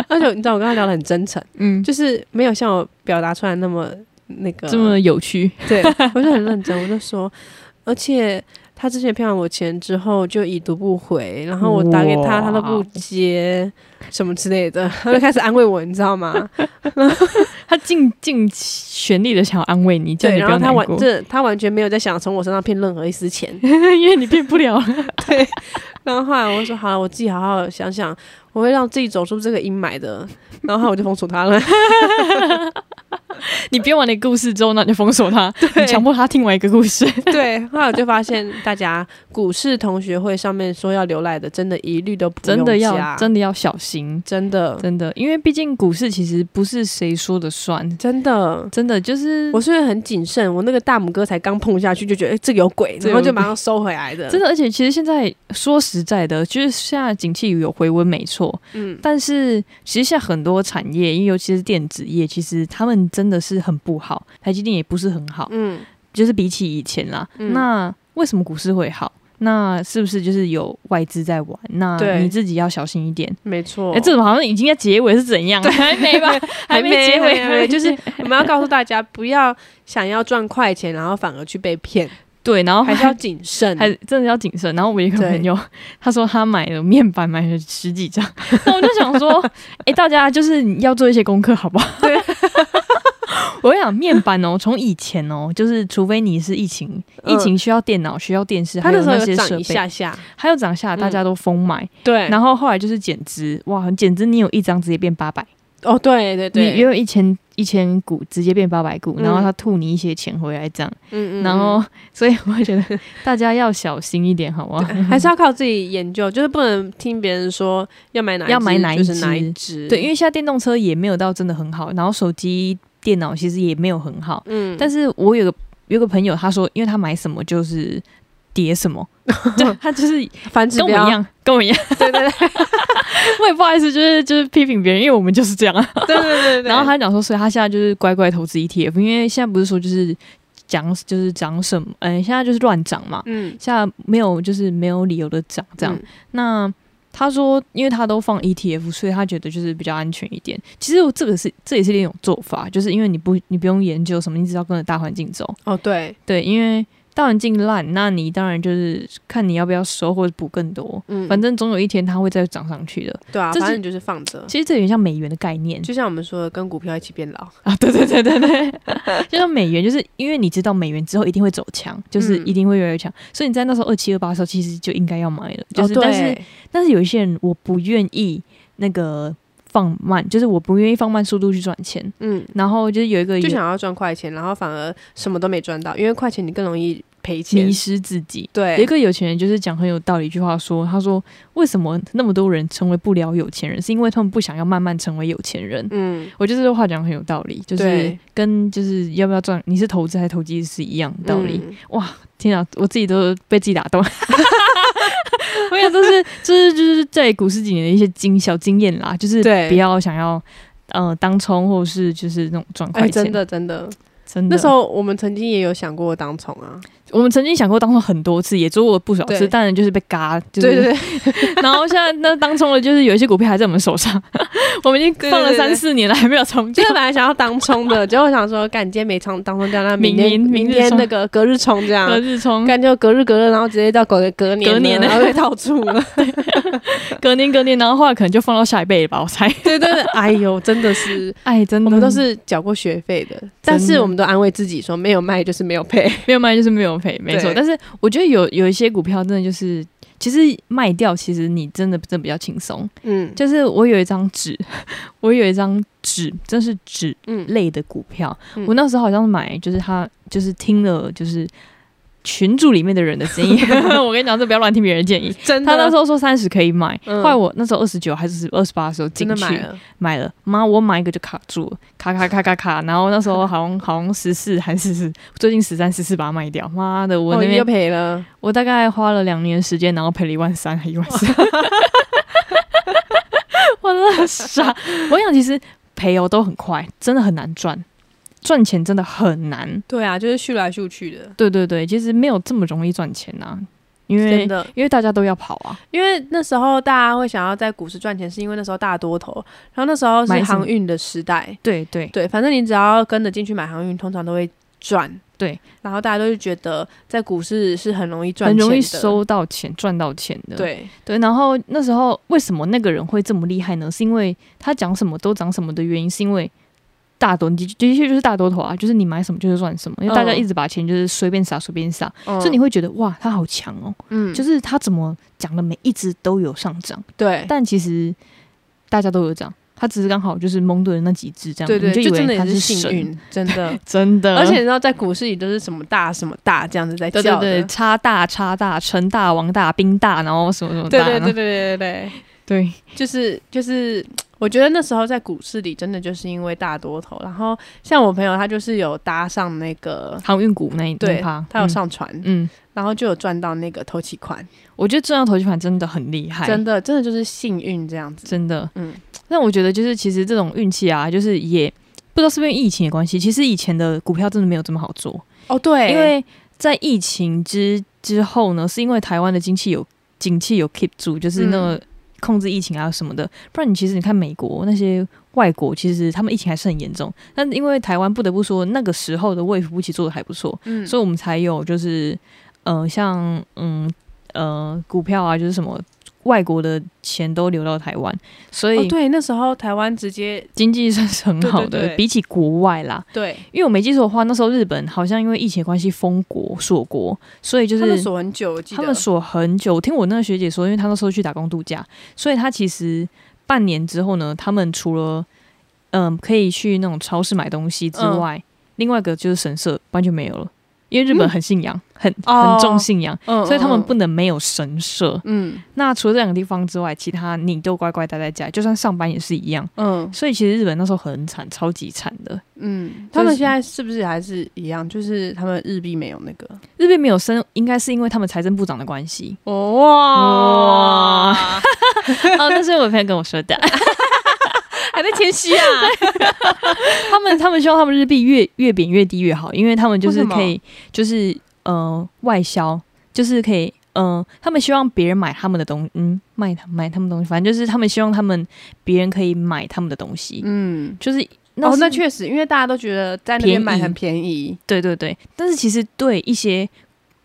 [SPEAKER 1] 而且你知道，我跟他聊得很真诚，
[SPEAKER 2] 嗯，
[SPEAKER 1] 就是没有像我表达出来那么那个
[SPEAKER 2] 这么有趣，
[SPEAKER 1] 对，我就很认真，我就说，而且他之前骗完我钱之后就已读不回，然后我打给他，他都不
[SPEAKER 2] 哇
[SPEAKER 1] 接，什么之类 的，他就开始安慰我，你知道吗？
[SPEAKER 2] 他尽尽全力的想要安慰你， 叫
[SPEAKER 1] 对，
[SPEAKER 2] 你
[SPEAKER 1] 然
[SPEAKER 2] 不
[SPEAKER 1] 后
[SPEAKER 2] 要
[SPEAKER 1] 他
[SPEAKER 2] 难
[SPEAKER 1] 完
[SPEAKER 2] 过，
[SPEAKER 1] 这他完全没有在想从我身上骗任何一丝钱。
[SPEAKER 2] 因为你变不 了，
[SPEAKER 1] 然后后来我就说好了，我自己好好想想，我会让自己走出这个阴霾的。然后后来我就封锁 他了。
[SPEAKER 2] 你编完了一个故事之后，那你就封锁他，你强迫他听完一个故事，
[SPEAKER 1] 对，后来我就发现大家股市同学会上面说要留赖的，真的一律都不
[SPEAKER 2] 真
[SPEAKER 1] 用
[SPEAKER 2] 的
[SPEAKER 1] 加
[SPEAKER 2] 要真的要小心，
[SPEAKER 1] 真的
[SPEAKER 2] 真的，因为毕竟股市其实不是谁说的算，
[SPEAKER 1] 真的
[SPEAKER 2] 真的就是
[SPEAKER 1] 我是很谨慎，我那个大拇哥才刚碰下去就觉得、欸、这个有鬼，
[SPEAKER 2] 这
[SPEAKER 1] 然后
[SPEAKER 2] 有
[SPEAKER 1] 就
[SPEAKER 2] 鬼
[SPEAKER 1] 马上收回来的。
[SPEAKER 2] 真的，而且其实现在说实在的，就是现在景气有回温没错，
[SPEAKER 1] 嗯，
[SPEAKER 2] 但是其实现在很多产业，尤其是电子业，其实他们真的是很不好，台积电也不是很好，
[SPEAKER 1] 嗯
[SPEAKER 2] 就是比起以前啦。
[SPEAKER 1] 嗯
[SPEAKER 2] 那为什么股市会好？那是不是就是有外资在玩？那
[SPEAKER 1] 对
[SPEAKER 2] 你自己要小心一点。
[SPEAKER 1] 没错。
[SPEAKER 2] 哎、这种好像已经在结尾是怎样？ 还没吧？还没结尾，
[SPEAKER 1] 还没就是我们要告诉大家，不要想要赚快钱，然后反而去被骗，
[SPEAKER 2] 对，然后
[SPEAKER 1] 还是要谨慎。
[SPEAKER 2] 哦还真的要谨慎。然后我有一个
[SPEAKER 1] 对
[SPEAKER 2] 朋友， 他说他买了面板，买了十 几张。那我就想说， 哎、大家就是你要做一些功课，好不好？
[SPEAKER 1] 对。
[SPEAKER 2] 我跟你讲面板哦，从以前哦，就是除非你是疫情，
[SPEAKER 1] 嗯
[SPEAKER 2] 疫情需要电脑、需要电视，
[SPEAKER 1] 他
[SPEAKER 2] 还
[SPEAKER 1] 那时候
[SPEAKER 2] 那
[SPEAKER 1] 有
[SPEAKER 2] 些
[SPEAKER 1] 涨
[SPEAKER 2] 设
[SPEAKER 1] 一
[SPEAKER 2] 备，
[SPEAKER 1] 下下，
[SPEAKER 2] 还有涨下，大家都疯买。
[SPEAKER 1] 对，
[SPEAKER 2] 然后后来就是减资，哇，减资你有一张直接变八百，
[SPEAKER 1] 哦，对对
[SPEAKER 2] 你
[SPEAKER 1] 对，
[SPEAKER 2] 也有一千一千股直接变八百股，
[SPEAKER 1] 嗯
[SPEAKER 2] 然后他吐你一些钱回来这样。
[SPEAKER 1] 嗯
[SPEAKER 2] 然后，所以我觉得大家要小心一点，好 不好？
[SPEAKER 1] 还是要靠自己研究，就是不能听别人说要买哪一
[SPEAKER 2] 要买哪一
[SPEAKER 1] 只，就是哪
[SPEAKER 2] 只
[SPEAKER 1] 一只。
[SPEAKER 2] 对，因为现在电动车也没有到真的很好，然后手机、电脑其实也没有很好。
[SPEAKER 1] 嗯，
[SPEAKER 2] 但是我有个有个朋友，他说，因为他买什么就是叠 什么，对他就是
[SPEAKER 1] 繁殖
[SPEAKER 2] 跟我
[SPEAKER 1] 标
[SPEAKER 2] 一，样，跟我一样。
[SPEAKER 1] 对对对
[SPEAKER 2] 我也不好意思，就是就是批评别人，因为我们就是这样啊。
[SPEAKER 1] 对对对对。
[SPEAKER 2] 然后他讲说，所以他现在就是乖乖投资 ETF，因为现在不是说就是讲就是涨什么，嗯、现在就是乱涨嘛，
[SPEAKER 1] 嗯，
[SPEAKER 2] 现在没有就是没有理由的涨这样。
[SPEAKER 1] 嗯
[SPEAKER 2] 那他说，因为他都放 ETF，所以他觉得就是比较安全一点。其实我这个是这也是另一种做法，就是因为你不你不用研究什么，你只要跟着大环境走。
[SPEAKER 1] 哦对，
[SPEAKER 2] 对，因为大环境烂，那你当然就是看你要不要收或者补更多。
[SPEAKER 1] 嗯，
[SPEAKER 2] 反正总有一天它会再涨上去的。
[SPEAKER 1] 对啊，
[SPEAKER 2] 这
[SPEAKER 1] 反
[SPEAKER 2] 是
[SPEAKER 1] 正你就是放着，
[SPEAKER 2] 其实这有点像美元的概念
[SPEAKER 1] 就像我们说的，跟股票一起变老。哦
[SPEAKER 2] 啊，对对对对对，就像美元，就是因为你知道美元之后一定会走强，就是
[SPEAKER 1] 嗯
[SPEAKER 2] 一定会越来越强，所以你在那时候二七二八的时候，其实就应该要买了。就是、
[SPEAKER 1] 哦、
[SPEAKER 2] 但是
[SPEAKER 1] 对
[SPEAKER 2] 但是有一些人我不愿意那个放慢，就是我不愿意放慢速度去赚钱。
[SPEAKER 1] 嗯，
[SPEAKER 2] 然后就是有一个
[SPEAKER 1] 就想要赚快钱，然后反而什么都没赚到，因为快钱你更容易赔钱
[SPEAKER 2] 迷。失自己。有一
[SPEAKER 1] 对，
[SPEAKER 2] 个有钱人就是讲很有道理一句话说，他说为什么那么多人成为不了有钱人，是因为他们不想要慢慢成为有钱人。
[SPEAKER 1] 嗯，
[SPEAKER 2] 我觉得这句话讲得很有道理，就是
[SPEAKER 1] 对
[SPEAKER 2] 跟就是要不要赚，你是投资还是投机是一样的道理。
[SPEAKER 1] 嗯
[SPEAKER 2] 天啊，我自己都被自己打动。 我想这是这是就是在股市几年的一些经小经验啦，就是
[SPEAKER 1] 对
[SPEAKER 2] 不要想要呃当冲或是就是那种赚
[SPEAKER 1] 哎、
[SPEAKER 2] 快钱，
[SPEAKER 1] 真的真的，
[SPEAKER 2] 真的。
[SPEAKER 1] 那时候我们曾经也有想过当宠啊，
[SPEAKER 2] 我们曾经想过当冲很多次，也做过不少次，
[SPEAKER 1] 对
[SPEAKER 2] 当然就是被嘎，就是
[SPEAKER 1] 对对对，
[SPEAKER 2] 然后现在那当冲的，就是有一些股票还在我们手 上，我们已经放
[SPEAKER 1] 对
[SPEAKER 2] 了
[SPEAKER 1] 对对
[SPEAKER 2] 三四年了，还没有冲
[SPEAKER 1] 就
[SPEAKER 2] 掉
[SPEAKER 1] 是。本来想要当冲的，结果想说，干今天没冲，当冲掉，那
[SPEAKER 2] 明
[SPEAKER 1] 明天
[SPEAKER 2] 明明
[SPEAKER 1] 明
[SPEAKER 2] 日
[SPEAKER 1] 天
[SPEAKER 2] 冲
[SPEAKER 1] 那个隔日冲这样
[SPEAKER 2] 隔，日冲，
[SPEAKER 1] 干就隔日隔日，然后直接到隔隔年了
[SPEAKER 2] 隔年了
[SPEAKER 1] 然后被套住了。
[SPEAKER 2] 隔年隔年，然后后来可能就放到下一辈吧，我猜。
[SPEAKER 1] 对对对，哎呦，真的是，
[SPEAKER 2] 哎，真的，
[SPEAKER 1] 我们都是缴过学费的，但是我们都安慰自己说，没有卖就是没有赔。
[SPEAKER 2] 没有卖就是没有赔，没错。
[SPEAKER 1] 对
[SPEAKER 2] 但是我觉得有有一些股票真的就是，其实卖掉其实你真的真的比较轻松。
[SPEAKER 1] 嗯，
[SPEAKER 2] 就是我有一张纸， 我有一张纸，真是纸
[SPEAKER 1] 嗯
[SPEAKER 2] 类的股票。
[SPEAKER 1] 嗯
[SPEAKER 2] 我那时候好像买，就是他就是听了就是群组里面的人的建议。 我跟你讲，这不要乱听别人的建议。
[SPEAKER 1] 真的，
[SPEAKER 2] 他那时候说三十可以买，
[SPEAKER 1] 嗯
[SPEAKER 2] 后来我那时候二十九还是二十八的时候进
[SPEAKER 1] 真的
[SPEAKER 2] 去
[SPEAKER 1] 买了，
[SPEAKER 2] 买了，妈，我买一个就卡住了，卡卡卡卡 卡，然后那时候好像好像十四还是十四，最近十三十四把它卖掉，妈的，我
[SPEAKER 1] 哦
[SPEAKER 2] 那
[SPEAKER 1] 你又
[SPEAKER 2] 边、
[SPEAKER 1] 赔了，
[SPEAKER 2] 我大概花了两年时间，然后赔了一万三还一万 四，我真的傻，我想其实赔哦都很快，真的很难赚，赚钱真的很难，
[SPEAKER 1] 对啊，就是续来续去的，
[SPEAKER 2] 对对对，其实没有这么容易赚钱呐、因为
[SPEAKER 1] 真的。
[SPEAKER 2] 因为大家都要跑啊，
[SPEAKER 1] 因为那时候大家会想要在股市赚钱，是因为那时候大多头，然后那时候是
[SPEAKER 2] 买什么
[SPEAKER 1] 航运的时代，
[SPEAKER 2] 对对
[SPEAKER 1] 对，反正你只要跟着进去买航运，通常都会赚。
[SPEAKER 2] 对，
[SPEAKER 1] 然后大家都会觉得在股市是很容易赚
[SPEAKER 2] 很
[SPEAKER 1] 钱的，
[SPEAKER 2] 容易收到钱赚到钱的，。
[SPEAKER 1] 对，
[SPEAKER 2] 对，然后那时候为什么那个人会这么厉害呢？是因为他讲什么都讲什么的原因，是因为大多的的确就是大多头啊，就是你买什么就是赚什么，因为大家
[SPEAKER 1] 嗯
[SPEAKER 2] 一直把钱就是随便撒随便撒，
[SPEAKER 1] 嗯
[SPEAKER 2] 所以你会觉得哇，他好强哦，
[SPEAKER 1] 嗯
[SPEAKER 2] 就是他怎么讲的每一只都有上涨，
[SPEAKER 1] 对
[SPEAKER 2] 但其实大家都有涨，他只是刚好就是蒙对了那几只这样，
[SPEAKER 1] 对对，
[SPEAKER 2] 你
[SPEAKER 1] 就
[SPEAKER 2] 以
[SPEAKER 1] 真的
[SPEAKER 2] 为
[SPEAKER 1] 也
[SPEAKER 2] 他
[SPEAKER 1] 是幸
[SPEAKER 2] 神，
[SPEAKER 1] 运，真 的。
[SPEAKER 2] 真的，
[SPEAKER 1] 而且你知道，在股市里都是什么大什么大这样子在
[SPEAKER 2] 对
[SPEAKER 1] 叫
[SPEAKER 2] 对
[SPEAKER 1] 的，
[SPEAKER 2] 对，差大差大，陈大王大兵大，然后什么什么大，
[SPEAKER 1] 对对对对
[SPEAKER 2] 然后
[SPEAKER 1] 对对对
[SPEAKER 2] 对
[SPEAKER 1] 就是就是，我觉得那时候在股市里真的就是因为大多头，然后像我朋友他就是有搭上那个，
[SPEAKER 2] 航运股那一那一
[SPEAKER 1] 对
[SPEAKER 2] 趴，
[SPEAKER 1] 他有
[SPEAKER 2] 嗯
[SPEAKER 1] 上船，
[SPEAKER 2] 嗯
[SPEAKER 1] 然后就有赚到那个投期款，
[SPEAKER 2] 我觉得赚到投机盘真的很厉害，
[SPEAKER 1] 真的真的就是幸运这样子，
[SPEAKER 2] 真的。
[SPEAKER 1] 嗯
[SPEAKER 2] 但我觉得就是其实这种运气啊，就是也不知道是不是因为疫情的关系，其实以前的股票真的没有这么好做，
[SPEAKER 1] 哦对，
[SPEAKER 2] 因为在疫情之之后呢，是因为台湾的经济有景气有 keep 住，就是那
[SPEAKER 1] 嗯
[SPEAKER 2] 个控制疫情啊什么的。不然你其实你看美国那些外国，其实他们疫情还是很严重，但因为台湾不得不说那个时候的卫福部其实做的还不错，
[SPEAKER 1] 嗯
[SPEAKER 2] 所以我们才有就是呃，像嗯呃股票啊，就是什么外国的钱都流到台湾，所
[SPEAKER 1] 哦
[SPEAKER 2] 以
[SPEAKER 1] 对，那时候台湾直接
[SPEAKER 2] 经济算是很好的，
[SPEAKER 1] 对对对
[SPEAKER 2] 比起国外啦。
[SPEAKER 1] 对，
[SPEAKER 2] 因为我没记错的话，那时候日本好像因为疫情的关系封国锁国，所以就
[SPEAKER 1] 他们
[SPEAKER 2] 是。
[SPEAKER 1] 锁很久，我记
[SPEAKER 2] 他
[SPEAKER 1] 得
[SPEAKER 2] 们锁很久，我听我那个学姐说，因为她那时候去打工度假，所以她其实半年之后呢，他们除了嗯、可以去那种超市买东西之
[SPEAKER 1] 嗯
[SPEAKER 2] 外，另外一个就是神社完全没有了，因为日本
[SPEAKER 1] 嗯
[SPEAKER 2] 很信仰，很
[SPEAKER 1] 哦
[SPEAKER 2] 很重信仰，
[SPEAKER 1] 嗯
[SPEAKER 2] 所以他们
[SPEAKER 1] 嗯
[SPEAKER 2] 不能没有神社。
[SPEAKER 1] 嗯
[SPEAKER 2] 那除了这两个地方之外，其他你都乖乖待在家，就算上班也是一样。
[SPEAKER 1] 嗯
[SPEAKER 2] 所以其实日本那时候很惨，超级惨的。
[SPEAKER 1] 嗯，
[SPEAKER 2] 就
[SPEAKER 1] 他们
[SPEAKER 2] 是
[SPEAKER 1] 现在是不是还是一样？就是他们日币没有那个。
[SPEAKER 2] 日本没有升，应该是因为他们财政部长的关系
[SPEAKER 1] 哦哇，
[SPEAKER 2] 哦，那是我朋友跟我说 的。
[SPEAKER 1] 还在前夕啊，
[SPEAKER 2] 他们他们希望他们日币越越贬越低越好，因为他们就是可
[SPEAKER 1] 为
[SPEAKER 2] 以就是呃外销，就是可以嗯、呃，他们希望别人买他们的东嗯卖他买他们东西，反正就是他们希望他们别人可以买他们的东西，
[SPEAKER 1] 嗯。
[SPEAKER 2] 就是那
[SPEAKER 1] 哦，
[SPEAKER 2] 是
[SPEAKER 1] 那确实，因为大家都觉得在那边买很便宜，
[SPEAKER 2] 对对对，但是其实对一些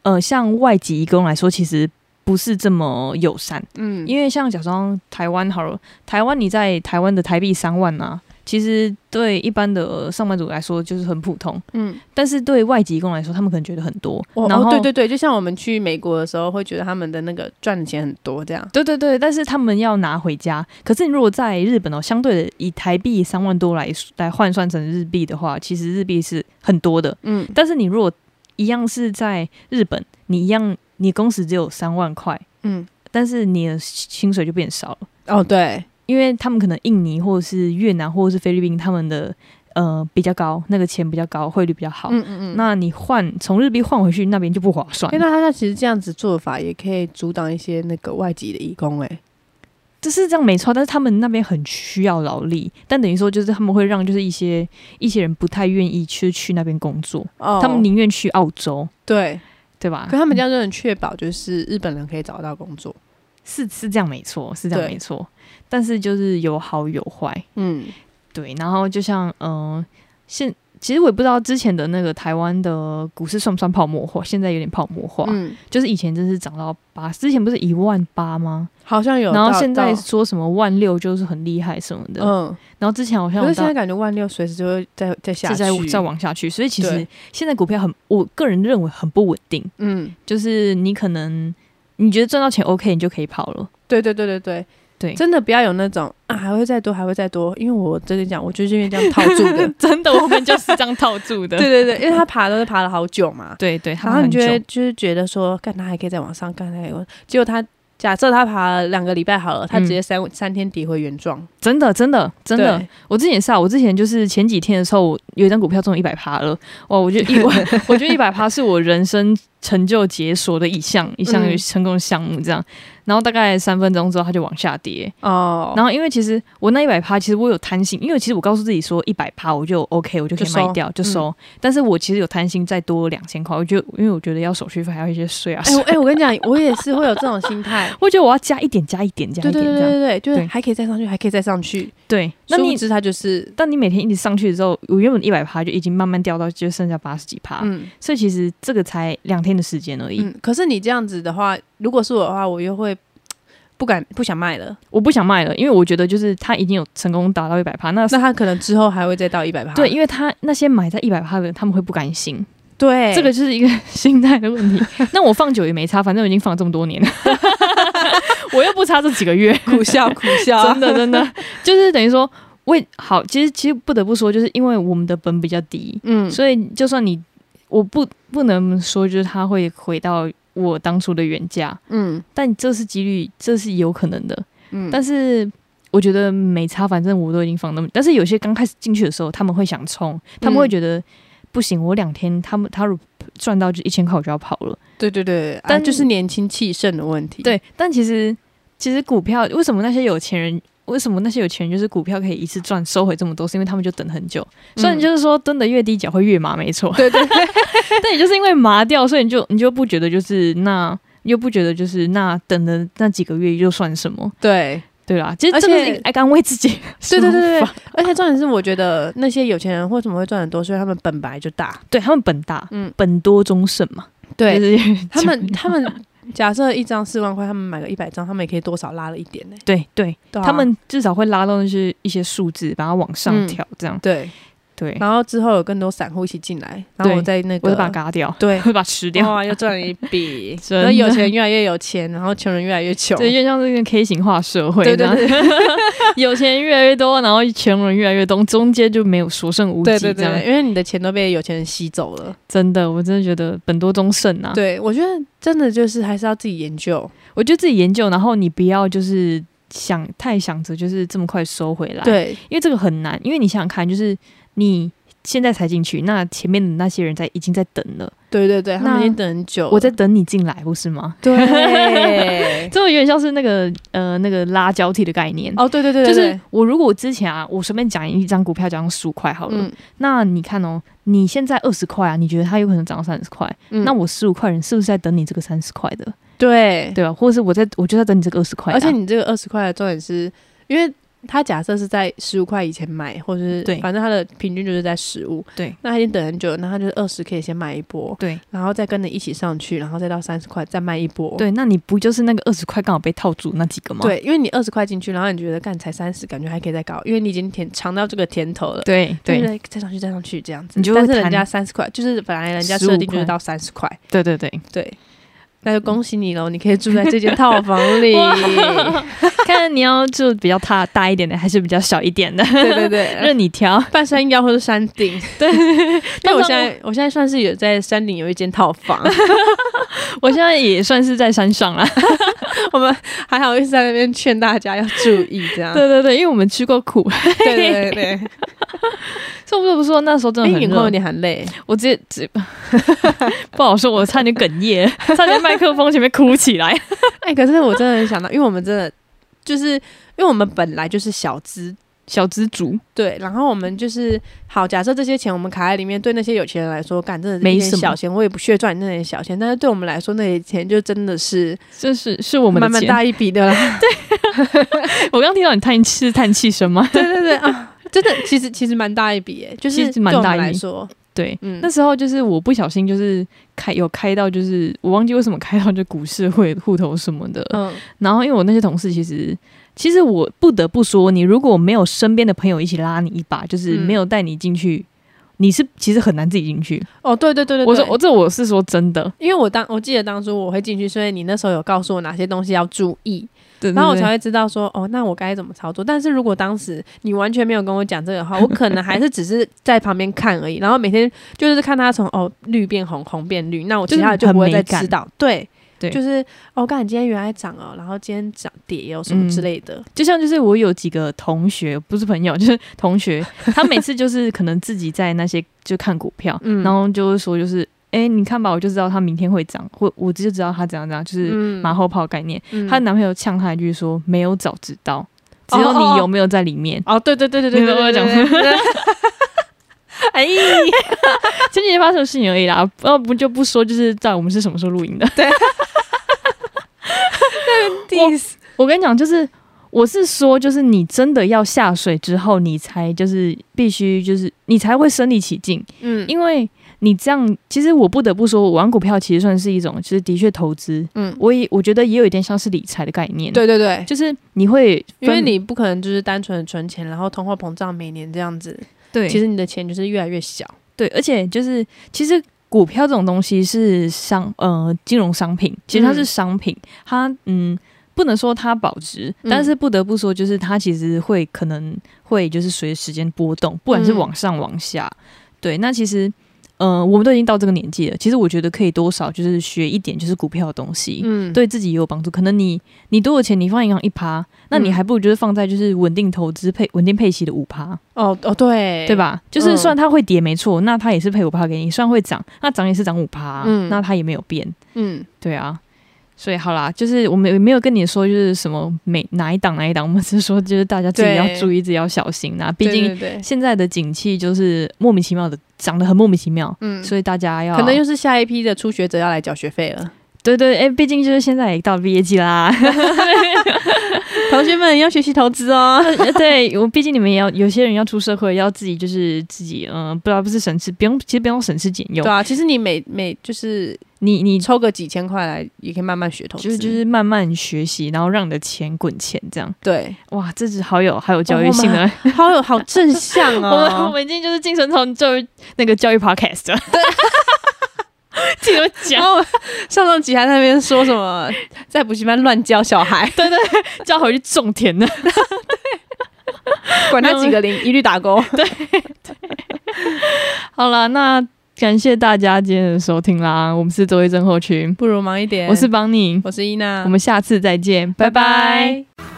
[SPEAKER 2] 呃像外籍移工来说，其实不是这么友善，
[SPEAKER 1] 嗯，
[SPEAKER 2] 因为像假装台湾好了，台湾你在台湾的台币三万啊，其实对一般的上班族来说就是很普通，
[SPEAKER 1] 嗯，
[SPEAKER 2] 但是对外籍工来说，他们可能觉得很多，
[SPEAKER 1] 哦
[SPEAKER 2] 然后、
[SPEAKER 1] 哦，对对对，就像我们去美国的时候，会觉得他们的那个赚的钱很多，这样，
[SPEAKER 2] 对对对，但是他们要拿回家。可是你如果在日本哦，相对的以台币三万多来来换算成日币的话，其实日币是很多的。
[SPEAKER 1] 嗯，
[SPEAKER 2] 但是你如果一样是在日本，你一样你工时只有三万块，
[SPEAKER 1] 嗯，
[SPEAKER 2] 但是你的薪水就变少了，
[SPEAKER 1] 哦，对，
[SPEAKER 2] 因为他们可能印尼或者是越南或者是菲律宾他们的呃比较高，那个钱比较高，汇率比较好。
[SPEAKER 1] 嗯嗯嗯。
[SPEAKER 2] 那你换从日币换回去那边就不划算
[SPEAKER 1] 哎、，那他那其实这样子做法也可以阻挡一些那个外籍的义工、哎，
[SPEAKER 2] 这是这样没错，但是他们那边很需要劳力，但等于说就是他们会让就是一些一些人不太愿意去去那边工作，
[SPEAKER 1] 哦
[SPEAKER 2] 他们宁愿去澳洲，嗯
[SPEAKER 1] 对，
[SPEAKER 2] 对吧？
[SPEAKER 1] 可他们这样就能确保就是日本人可以找到工作。
[SPEAKER 2] 是是这样没错，是这样
[SPEAKER 1] 对
[SPEAKER 2] 没错，但是就是有好有坏，
[SPEAKER 1] 嗯，
[SPEAKER 2] 对。然后就像嗯、呃现其实我也不知道之前的那个台湾的股市算不算泡沫化，现在有点泡沫化，
[SPEAKER 1] 嗯，
[SPEAKER 2] 就是以前真是涨到八，之前不是一万八吗？
[SPEAKER 1] 好像有到，
[SPEAKER 2] 然后现在
[SPEAKER 1] 到
[SPEAKER 2] 说什么万六就是很厉害什么的，
[SPEAKER 1] 嗯，
[SPEAKER 2] 然后之前好像
[SPEAKER 1] 可
[SPEAKER 2] 有
[SPEAKER 1] 是现
[SPEAKER 2] 到
[SPEAKER 1] 在感觉万六随时就会再再下
[SPEAKER 2] 再
[SPEAKER 1] 去，
[SPEAKER 2] 再再往下去，所以其实
[SPEAKER 1] 对
[SPEAKER 2] 现在股票很，我个人认为很不稳定，
[SPEAKER 1] 嗯，
[SPEAKER 2] 就是你可能你觉得赚到钱 OK，你就可以跑了，
[SPEAKER 1] 对对对对对
[SPEAKER 2] 对。
[SPEAKER 1] 真的不要有那种啊还会再多还会再多，因为我真的讲，我就是因为这样套住的
[SPEAKER 2] 真的，我们就是这样套住 的，
[SPEAKER 1] 对对对，因为他爬都是爬了好久嘛，
[SPEAKER 2] 对对，他
[SPEAKER 1] 然后
[SPEAKER 2] 们
[SPEAKER 1] 你
[SPEAKER 2] 很
[SPEAKER 1] 就会
[SPEAKER 2] 久
[SPEAKER 1] 就是觉得说，干他还可以再往上，干他还有，结果他假设他爬了两个礼拜好了，他
[SPEAKER 2] 嗯
[SPEAKER 1] 直接三、三天跌回原状，
[SPEAKER 2] 真的真的真的
[SPEAKER 1] 对，，
[SPEAKER 2] 我之前也是啊，我之前就是前几天的时候，我有一张股票中一百趴了，哇，我觉 得我我觉得一百趴是我人生成就解锁的一项一项
[SPEAKER 1] 嗯
[SPEAKER 2] 成功项目这样，然后大概三分钟之后它就往下跌，
[SPEAKER 1] 哦，
[SPEAKER 2] 然后因为其实我那一百趴，其实我有贪心，因为其实我告诉自己说一百趴我就 OK，我就可以
[SPEAKER 1] 就收嗯
[SPEAKER 2] 卖掉就收，但是我其实有贪心再多两千块，我就因为我觉得要手续费还有一些税啊，
[SPEAKER 1] 哎、我哎、我跟你讲，我也是会有这种心态
[SPEAKER 2] 。我觉得我要加一点加一点加
[SPEAKER 1] 对
[SPEAKER 2] 一
[SPEAKER 1] 对
[SPEAKER 2] 点
[SPEAKER 1] 对
[SPEAKER 2] 这
[SPEAKER 1] 对
[SPEAKER 2] 样，
[SPEAKER 1] 对，就是
[SPEAKER 2] 对
[SPEAKER 1] 还可以再上去，还可以再上去。
[SPEAKER 2] 对，那
[SPEAKER 1] 殊不
[SPEAKER 2] 你。
[SPEAKER 1] 知他就是，
[SPEAKER 2] 但你每天一直上去之后，我原本一百趴就已经慢慢掉到就剩下八十几趴，
[SPEAKER 1] 嗯
[SPEAKER 2] 所以其实这个才两天的时间而已。
[SPEAKER 1] 嗯。可是你这样子的话，如果是我的话，我又会不敢不想卖了。
[SPEAKER 2] 我不想卖了，因为我觉得就是他已经有成功达到一百趴，那
[SPEAKER 1] 那他可能之后还会再到一百趴。
[SPEAKER 2] 对，因为他那些买在一百趴的人，他们会不甘心，
[SPEAKER 1] 对，
[SPEAKER 2] 这个就是一个心态的问题。哎 那我放久也没差，反正我已经放了这么多年了， 我又不差这几个月，
[SPEAKER 1] 苦笑苦笑，
[SPEAKER 2] 真的真的就是等于说，为好，其实其实不得不说，就是因为我们的本比较低，
[SPEAKER 1] 嗯，
[SPEAKER 2] 所以就算你我不不能说就是他会回到我当初的原价，
[SPEAKER 1] 嗯
[SPEAKER 2] 但这是几率，这是有可能的。
[SPEAKER 1] 嗯，
[SPEAKER 2] 但是我觉得没差，反正我都已经放那么。但是有些刚开始进去的时候，他们会想冲，
[SPEAKER 1] 嗯
[SPEAKER 2] 他们会觉得、不行，我两天他们他如果赚到就一千块我就要跑了。
[SPEAKER 1] 对对对，但、
[SPEAKER 2] 但
[SPEAKER 1] 就是年轻气盛的问题。，
[SPEAKER 2] 对，但其实其实股票为什么那些有钱人？为什么那些有钱人就是股票可以一次赚收回这么多？是因为他们就等很久。虽然
[SPEAKER 1] 嗯
[SPEAKER 2] 就是说蹲得越低脚会越麻，没错。
[SPEAKER 1] 对对对
[SPEAKER 2] 但也就是因为麻掉，所以你就你就不觉得就是那又不觉得就是那等的那几个月又算什么？
[SPEAKER 1] 对
[SPEAKER 2] 对啦，其实
[SPEAKER 1] 而
[SPEAKER 2] 这
[SPEAKER 1] 且
[SPEAKER 2] 个是一个爱安慰自己的
[SPEAKER 1] 对
[SPEAKER 2] 想
[SPEAKER 1] 对
[SPEAKER 2] 法。
[SPEAKER 1] 对对，而且重点是，我觉得那些有钱人为什么会赚很多，是因为他们本来就大。
[SPEAKER 2] 对他们本大，
[SPEAKER 1] 嗯
[SPEAKER 2] 嗯，本多终胜嘛。
[SPEAKER 1] 对，
[SPEAKER 2] 就是
[SPEAKER 1] 他们 他们假设一张四万块，他们买个一百张，他们也可以多少拉了一点呢、
[SPEAKER 2] 对对，
[SPEAKER 1] 对啊
[SPEAKER 2] 他们至少会拉到那些一些数字，把它往上调，
[SPEAKER 1] 嗯
[SPEAKER 2] 这样
[SPEAKER 1] 对，
[SPEAKER 2] 对。
[SPEAKER 1] 然后之后有更多散户一起进来，然后
[SPEAKER 2] 对
[SPEAKER 1] 我再那个，
[SPEAKER 2] 我会把它嘎掉，
[SPEAKER 1] 对
[SPEAKER 2] 我 会把它吃 掉。
[SPEAKER 1] 哇，又赚了一 笔，
[SPEAKER 2] 真
[SPEAKER 1] 然
[SPEAKER 2] 的
[SPEAKER 1] 后有钱人越来越有钱，然后穷人越来越穷，
[SPEAKER 2] 对，就像这个 K 型化社会，
[SPEAKER 1] 对对对
[SPEAKER 2] 然后有钱人越来越多，然后穷人越来越多，中间就没有所剩无几，
[SPEAKER 1] 对对
[SPEAKER 2] 这样
[SPEAKER 1] 对，因为你的钱都被有钱人吸走了。
[SPEAKER 2] 真的，我真的觉得本多终胜啊！
[SPEAKER 1] 对，我觉得真的就是还是要自己研究，
[SPEAKER 2] 我就自己研究，然后你不要就是想太想着就是这么快收回来，
[SPEAKER 1] 对
[SPEAKER 2] 因为这个很难，因为你想想看，就是你现在才进去，那前面的那些人在已经在等了，
[SPEAKER 1] 对对对，他们
[SPEAKER 2] 那
[SPEAKER 1] 已经等很久了，
[SPEAKER 2] 我在等你进来，不是吗？，
[SPEAKER 1] 对
[SPEAKER 2] 这有点像是那个呃那个拉交替的概念。
[SPEAKER 1] 哦对对对，对
[SPEAKER 2] 就是我如果我之前啊，我随便讲一张股票讲十五块好了，
[SPEAKER 1] 嗯，
[SPEAKER 2] 那你看哦，你现在二十块啊，你觉得它有可能涨到三十块，
[SPEAKER 1] 嗯
[SPEAKER 2] 那我十五块人是不是在等你这个三十块的，
[SPEAKER 1] 对
[SPEAKER 2] 对吧？啊或者是我在我就在等你这个二十块的
[SPEAKER 1] 而
[SPEAKER 2] 啊、
[SPEAKER 1] 且你这个二十块的重点是，因为他假设是在十五块以前买，或者是
[SPEAKER 2] 嗯对
[SPEAKER 1] 反正他的平均就是在十五，
[SPEAKER 2] 对，
[SPEAKER 1] 那他已经等很久了，那他就是二十可以先买一波，
[SPEAKER 2] 对
[SPEAKER 1] 然后再跟着一起上去，然后再到三十块再卖一波，
[SPEAKER 2] 对，那你不就是那个二十块刚好被套住那几个吗？
[SPEAKER 1] 对，因为你二十块进去，然后你觉得干才三十，感觉还可以再高，因为你已经甜尝到这个甜头了。
[SPEAKER 2] 对
[SPEAKER 1] 就
[SPEAKER 2] 对
[SPEAKER 1] 是再上去，再上去这样子，
[SPEAKER 2] 你就会
[SPEAKER 1] 但是人
[SPEAKER 2] 谈
[SPEAKER 1] 家三十块，就是本来人家
[SPEAKER 2] 15
[SPEAKER 1] 设定就是
[SPEAKER 2] 块
[SPEAKER 1] 到三十块，
[SPEAKER 2] 对对对，
[SPEAKER 1] 对，那就恭喜你喽，你可以住在这间套房 里。
[SPEAKER 2] 看你要住比较大大一点的，还是比较小一点的，
[SPEAKER 1] 对对对，
[SPEAKER 2] 任 你挑。
[SPEAKER 1] 半山腰或者山顶。
[SPEAKER 2] 对，
[SPEAKER 1] 因为我现在我现在算是有在山顶有一间套 房，
[SPEAKER 2] 我现在也算是在山上啦。
[SPEAKER 1] 我们还好意思在那边劝大家要注意这样。
[SPEAKER 2] 对对对，因为我们吃过苦，
[SPEAKER 1] 对对对对，
[SPEAKER 2] 所以我不是说那时候真
[SPEAKER 1] 哎，
[SPEAKER 2] 的很
[SPEAKER 1] 眼眶有
[SPEAKER 2] 热，
[SPEAKER 1] 点含泪。
[SPEAKER 2] 我直接直 不好说，我差点哽 咽，差点麦克风前面哭起来。
[SPEAKER 1] 哎、可是我真的很想到，因为我们真的就是因为我们本来就是小资。
[SPEAKER 2] 小知足
[SPEAKER 1] 对，然后我们就是好，假设这些钱我们卡在里面，对那些有钱人来说，干真的是
[SPEAKER 2] 没
[SPEAKER 1] 一点
[SPEAKER 2] 什么
[SPEAKER 1] 小钱，我也不屑赚那点小钱，但是对我们来说，那点钱就真的是
[SPEAKER 2] 就是是我们的
[SPEAKER 1] 满满
[SPEAKER 2] 钱。
[SPEAKER 1] 大一笔的啦。
[SPEAKER 2] 我刚听到你叹气是叹气声吗？
[SPEAKER 1] 对对对啊，真的，其实其实蛮大一笔耶，就
[SPEAKER 2] 其
[SPEAKER 1] 是
[SPEAKER 2] 实蛮
[SPEAKER 1] 对我
[SPEAKER 2] 大
[SPEAKER 1] 们
[SPEAKER 2] 一
[SPEAKER 1] 来
[SPEAKER 2] 笔
[SPEAKER 1] 说，
[SPEAKER 2] 对，
[SPEAKER 1] 嗯，
[SPEAKER 2] 那时候就是我不小心就是开有开到就是我忘记为什么开到就股市会户头什么的，
[SPEAKER 1] 嗯
[SPEAKER 2] 然后因为我那些同事其实其实我不得不说，你如果没有身边的朋友一起拉你一把，就是
[SPEAKER 1] 嗯
[SPEAKER 2] 没有带你进去，你是其实很难自己进去。
[SPEAKER 1] 哦，对对对对，
[SPEAKER 2] 我
[SPEAKER 1] 对
[SPEAKER 2] 说我这我是说真的，
[SPEAKER 1] 因为我当我记得当初我会进去，所以你那时候有告诉我哪些东西要注意，
[SPEAKER 2] 对
[SPEAKER 1] 然后我才
[SPEAKER 2] 会
[SPEAKER 1] 会知道说，哦，那我该怎么操作。但是如果当时你完全没有跟我讲这个的话，我可能还是只是在旁边看而已，然后每天就是看它从哦绿变红，红变绿，那我其他的
[SPEAKER 2] 就
[SPEAKER 1] 就
[SPEAKER 2] 是很
[SPEAKER 1] 不会再
[SPEAKER 2] 美感
[SPEAKER 1] 知道。对，
[SPEAKER 2] 对
[SPEAKER 1] 就是哦，干，今天原来涨哦，然后今天涨跌哦，什么之类的。
[SPEAKER 2] 就像就是我有几个同学，不是朋友，就是同 学，他每次就是可能自己在那些就看股票，
[SPEAKER 1] 嗯
[SPEAKER 2] 然后就会说就是，哎、你看吧，我就知道他明天会涨，或我就知道他怎样怎样，就是
[SPEAKER 1] 嗯
[SPEAKER 2] 马后炮概念。
[SPEAKER 1] 嗯
[SPEAKER 2] 她、男朋友呛她一句说，没有早知道，只
[SPEAKER 1] 哦
[SPEAKER 2] 有
[SPEAKER 1] 哦
[SPEAKER 2] 你
[SPEAKER 1] 哦
[SPEAKER 2] 有没有在里面。
[SPEAKER 1] 哦，对对对对对
[SPEAKER 2] 你
[SPEAKER 1] 对
[SPEAKER 2] 懂我
[SPEAKER 1] 对
[SPEAKER 2] 讲
[SPEAKER 1] 对对对，
[SPEAKER 2] 哎， 前几天发生的事情而已啦，要不就不说，就是在我们是什么时候录影的。
[SPEAKER 1] 第四
[SPEAKER 2] 我跟你讲，就是我是说，就是你真的要下水之后，你才就是必须就是你才会身临其境，
[SPEAKER 1] 嗯
[SPEAKER 2] 因为你这样，其实我不得不说，玩股票其实算是一种，就是的确投资，
[SPEAKER 1] 嗯，
[SPEAKER 2] 我也我觉得也有一点像是理财的概念，，
[SPEAKER 1] 对对对。
[SPEAKER 2] 就是你会
[SPEAKER 1] 因为
[SPEAKER 2] 分
[SPEAKER 1] 你不可能就是单纯的存钱，然后通货膨胀每年这样子，
[SPEAKER 2] 对，
[SPEAKER 1] 其实你的钱就是越来越小。
[SPEAKER 2] 对，而且就是其实股票这种东西是商呃金融商品，其实
[SPEAKER 1] 嗯
[SPEAKER 2] 它是商品，它嗯不能说它保值，
[SPEAKER 1] 嗯
[SPEAKER 2] 但是不得不说就是它其实会可能会就是随着时间波动，不管是
[SPEAKER 1] 嗯
[SPEAKER 2] 往上往下。对，那其实呃我们都已经到这个年纪了，其实我觉得可以多少就是学一点就是股票的东西。
[SPEAKER 1] 嗯，
[SPEAKER 2] 对自己也有帮助。可能你你多有钱，你放银行一趴，那你
[SPEAKER 1] 嗯
[SPEAKER 2] 还不如就是放在就是稳定投资配稳定配息的五趴。
[SPEAKER 1] 哦哦，对，
[SPEAKER 2] 对？吧？就是
[SPEAKER 1] 嗯
[SPEAKER 2] 算它会跌没错，那它也是配五趴给你；算会涨，那涨也是涨五趴啊，
[SPEAKER 1] 嗯
[SPEAKER 2] 那它也没有变。
[SPEAKER 1] 嗯，
[SPEAKER 2] 对啊，所以好啦，就是我们也没有跟你说就是什么每哪一档哪一档，我们只是说就是大家自己
[SPEAKER 1] 对
[SPEAKER 2] 要注意，自己要小心啦、毕
[SPEAKER 1] 对
[SPEAKER 2] 竟
[SPEAKER 1] 对对，
[SPEAKER 2] 现在的景气就是莫名其妙的涨得很莫名其妙，
[SPEAKER 1] 嗯，
[SPEAKER 2] 所以大家要
[SPEAKER 1] 可能又是下一批的初学者要来缴学费 了。
[SPEAKER 2] 对对哎，毕竟就是现在也到毕业季 啦。
[SPEAKER 1] 同学们要学习投资 哦。
[SPEAKER 2] 对我，毕竟你们也要有些人要出社会，要自己就是自己嗯、不知道不是省吃，不用其实不用省吃俭用
[SPEAKER 1] 对，啊，其实你每每就是
[SPEAKER 2] 你你
[SPEAKER 1] 你抽个几千块来，也可以慢慢学投资。
[SPEAKER 2] 就是就是慢慢学习，然后让你的钱滚钱，这样
[SPEAKER 1] 对，
[SPEAKER 2] 哇，这是好有好有教育性的。
[SPEAKER 1] 好有好正向
[SPEAKER 2] 我们我
[SPEAKER 1] 哦。
[SPEAKER 2] 们已经就是精神从教育那个教育 podcast 了， 对，自己都
[SPEAKER 1] 然
[SPEAKER 2] 讲
[SPEAKER 1] 后哦上上集还在那边说什么在补习班乱教小孩，
[SPEAKER 2] 叫回去种田的，
[SPEAKER 1] 管他几个 零，一律打勾。
[SPEAKER 2] 好了，那感谢大家今天的收听啦，我们是周一症候群，
[SPEAKER 1] 不如忙一点。
[SPEAKER 2] 我是邦尼，
[SPEAKER 1] 我是伊娜，
[SPEAKER 2] 我们下次再见，拜拜
[SPEAKER 1] 拜